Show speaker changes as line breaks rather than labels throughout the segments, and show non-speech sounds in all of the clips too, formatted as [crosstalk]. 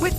With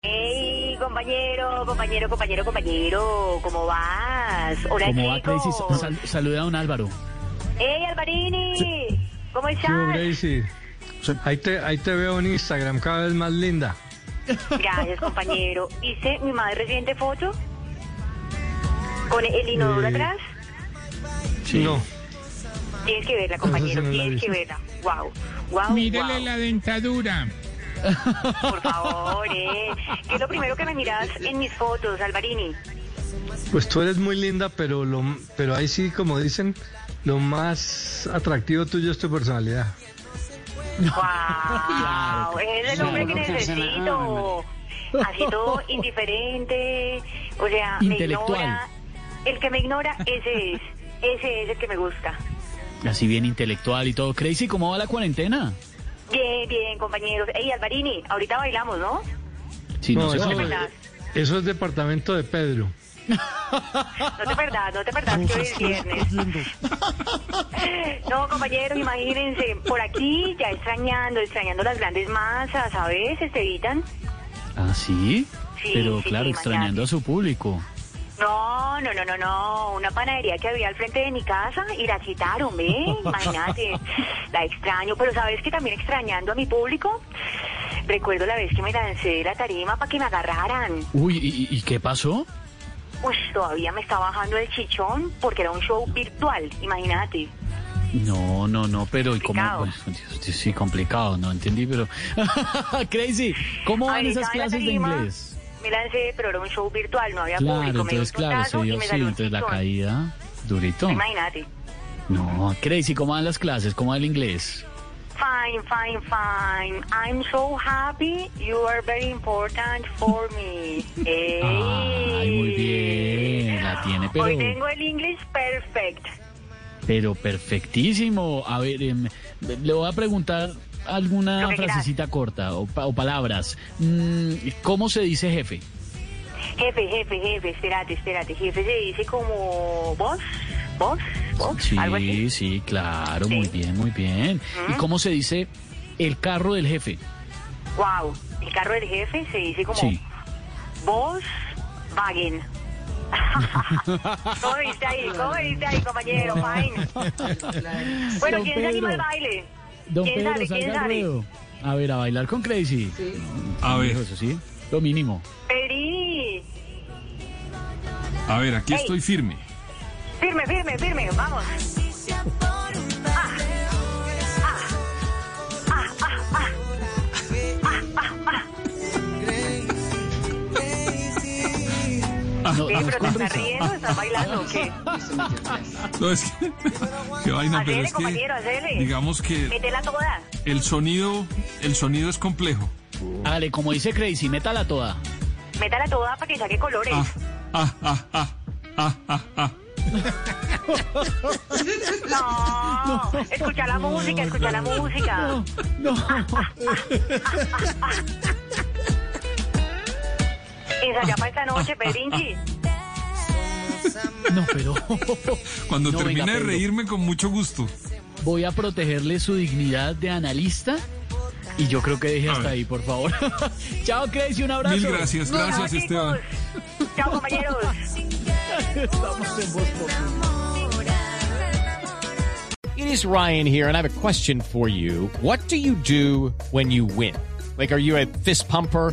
Hey, compañero, compañero, compañero, compañero, ¿cómo vas? Hola,
Como va Tracy,
chicos.
sal- saluda a don Álvaro.
Hey, Alvarini, ¿cómo
¿Qué hubo,
estás?
Gracie? Ahí te, ahí te veo en Instagram, cada vez más linda.
Gracias, compañero. ¿Viste mi más reciente foto? Con el inodoro
Eh,
atrás.
No,
Tienes que verla, compañero,
no la he
tienes que verla. Wow, wow,
Mírele la dentadura.
por favor, eh. ¿Qué es lo primero que me miras en mis fotos, Alvarini?
pues tú eres muy linda, pero, lo, pero ahí sí, como dicen, lo más atractivo tuyo es tu personalidad.
¡Wow! Es el hombre que necesito. Así todo indiferente, o sea, me
Intelectual.
ignora. El que me ignora, ese es. Ese es el que me gusta.
Así bien intelectual y todo. Crazy, ¿cómo va la cuarentena?
Bien, bien, compañeros. Ey, Alvarini, ahorita bailamos, ¿no?
Si no,
No,
se
eso,
puede.
verdad.
eso es departamento de Pedro.
No te perdás, no te perdás, que hoy es viernes. [laughs] No, compañeros, imagínense, por aquí ya extrañando, extrañando las grandes masas, a veces te evitan.
¿Ah, sí?
Sí,
Pero
sí,
claro,
sí,
extrañando
mañana.
a su público.
No, no, no, no, no. Una panadería que había al frente de mi casa y la quitaron,
[laughs]
¿ve? Imagínate. La extraño, pero ¿sabes que también extrañando a mi público? Recuerdo la vez que me lancé de la tarima para que me agarraran.
Uy, ¿y, y- y qué pasó?
Uy, todavía me está bajando el chichón porque era un show virtual, imagínate.
No, no, no, pero ¿y cómo?
Complicado.
Bueno, sí, sí, complicado, no entendí, pero... [laughs] Crazy, ¿cómo van
Ahí
esas
estaba en la
clases de
tarima,
inglés?
Me lancé, pero era un show virtual, no había
Claro,
público.
entonces,
me dio un
claro, se
totazo y
dio,
me
sí,
salió un
entonces la
chichón.
caída, durito.
Imagínate.
No, Crazy, ¿cómo van las clases? ¿Cómo va el inglés?
Fine, fine, fine. I'm so happy. You are very important for
[laughs]
me. Hey.
Ay, muy bien, la tiene, pero-
Hoy tengo el English perfect.
Pero perfectísimo. A ver, em, le voy a preguntar alguna
Lo que quieras.
frasecita corta o, pa- o palabras. Mm, ¿Cómo se dice jefe?
Jefe, jefe, jefe, espérate, espérate. Jefe se dice como vos, vos, vos, algo así.
Sí, sí, claro, muy bien, muy bien. ¿Y cómo se dice el carro del jefe?
Wow. El carro del jefe se dice como
Sí.
vos,
[laughs]
Wagen. ¿Cómo viste ahí? ¿Cómo viste ahí, compañero?
[laughs]
Fine. Bueno,
Don
¿quién se anima al
Pedro.
baile?
Don
¿Quién
Pedro,
sabe? ¿Quién
salga al
sabe?
ruedo. A ver, a bailar con Crazy.
A ver,
Dijo Eso sí, lo mínimo.
Pedri.
a ver, aquí
Ey.
estoy firme.
Firme, firme, firme, vamos.
No,
¿Qué?
vamos
¿Pero te
con
estás
risa.
riendo? ¿Estás bailando o
[laughs]
qué?
No, es que, [laughs] qué vaina, pero
Hacele,
es que,
compañero, Eh. hacele.
digamos que
Métela toda.
el sonido, el sonido es complejo.
Hágale, como dice Crazy, métala toda.
Métala toda para que saque colores.
Ah, ah, ah, ah, ah, ah, ah. [laughs]
No, escucha la música, escucha la música. [laughs]
No.
Ensayá para esta
[laughs]
noche, Pedrinchi.
No,
[laughs]
pero
Cuando
No,
termine
venga,
de
Pedro.
reírme con mucho gusto.
voy a protegerle su dignidad de analista. Y yo creo que deje hasta
ver.
ahí, por favor. [laughs] Chao, Crazy, un abrazo.
Mil gracias, gracias
Chao,
Esteban.
chicos. Chao, compañeros.
Estamos en Voz Populi.
It is Ryan here, and I have a question for you. What do you do when you win? Like, are you a fist pumper?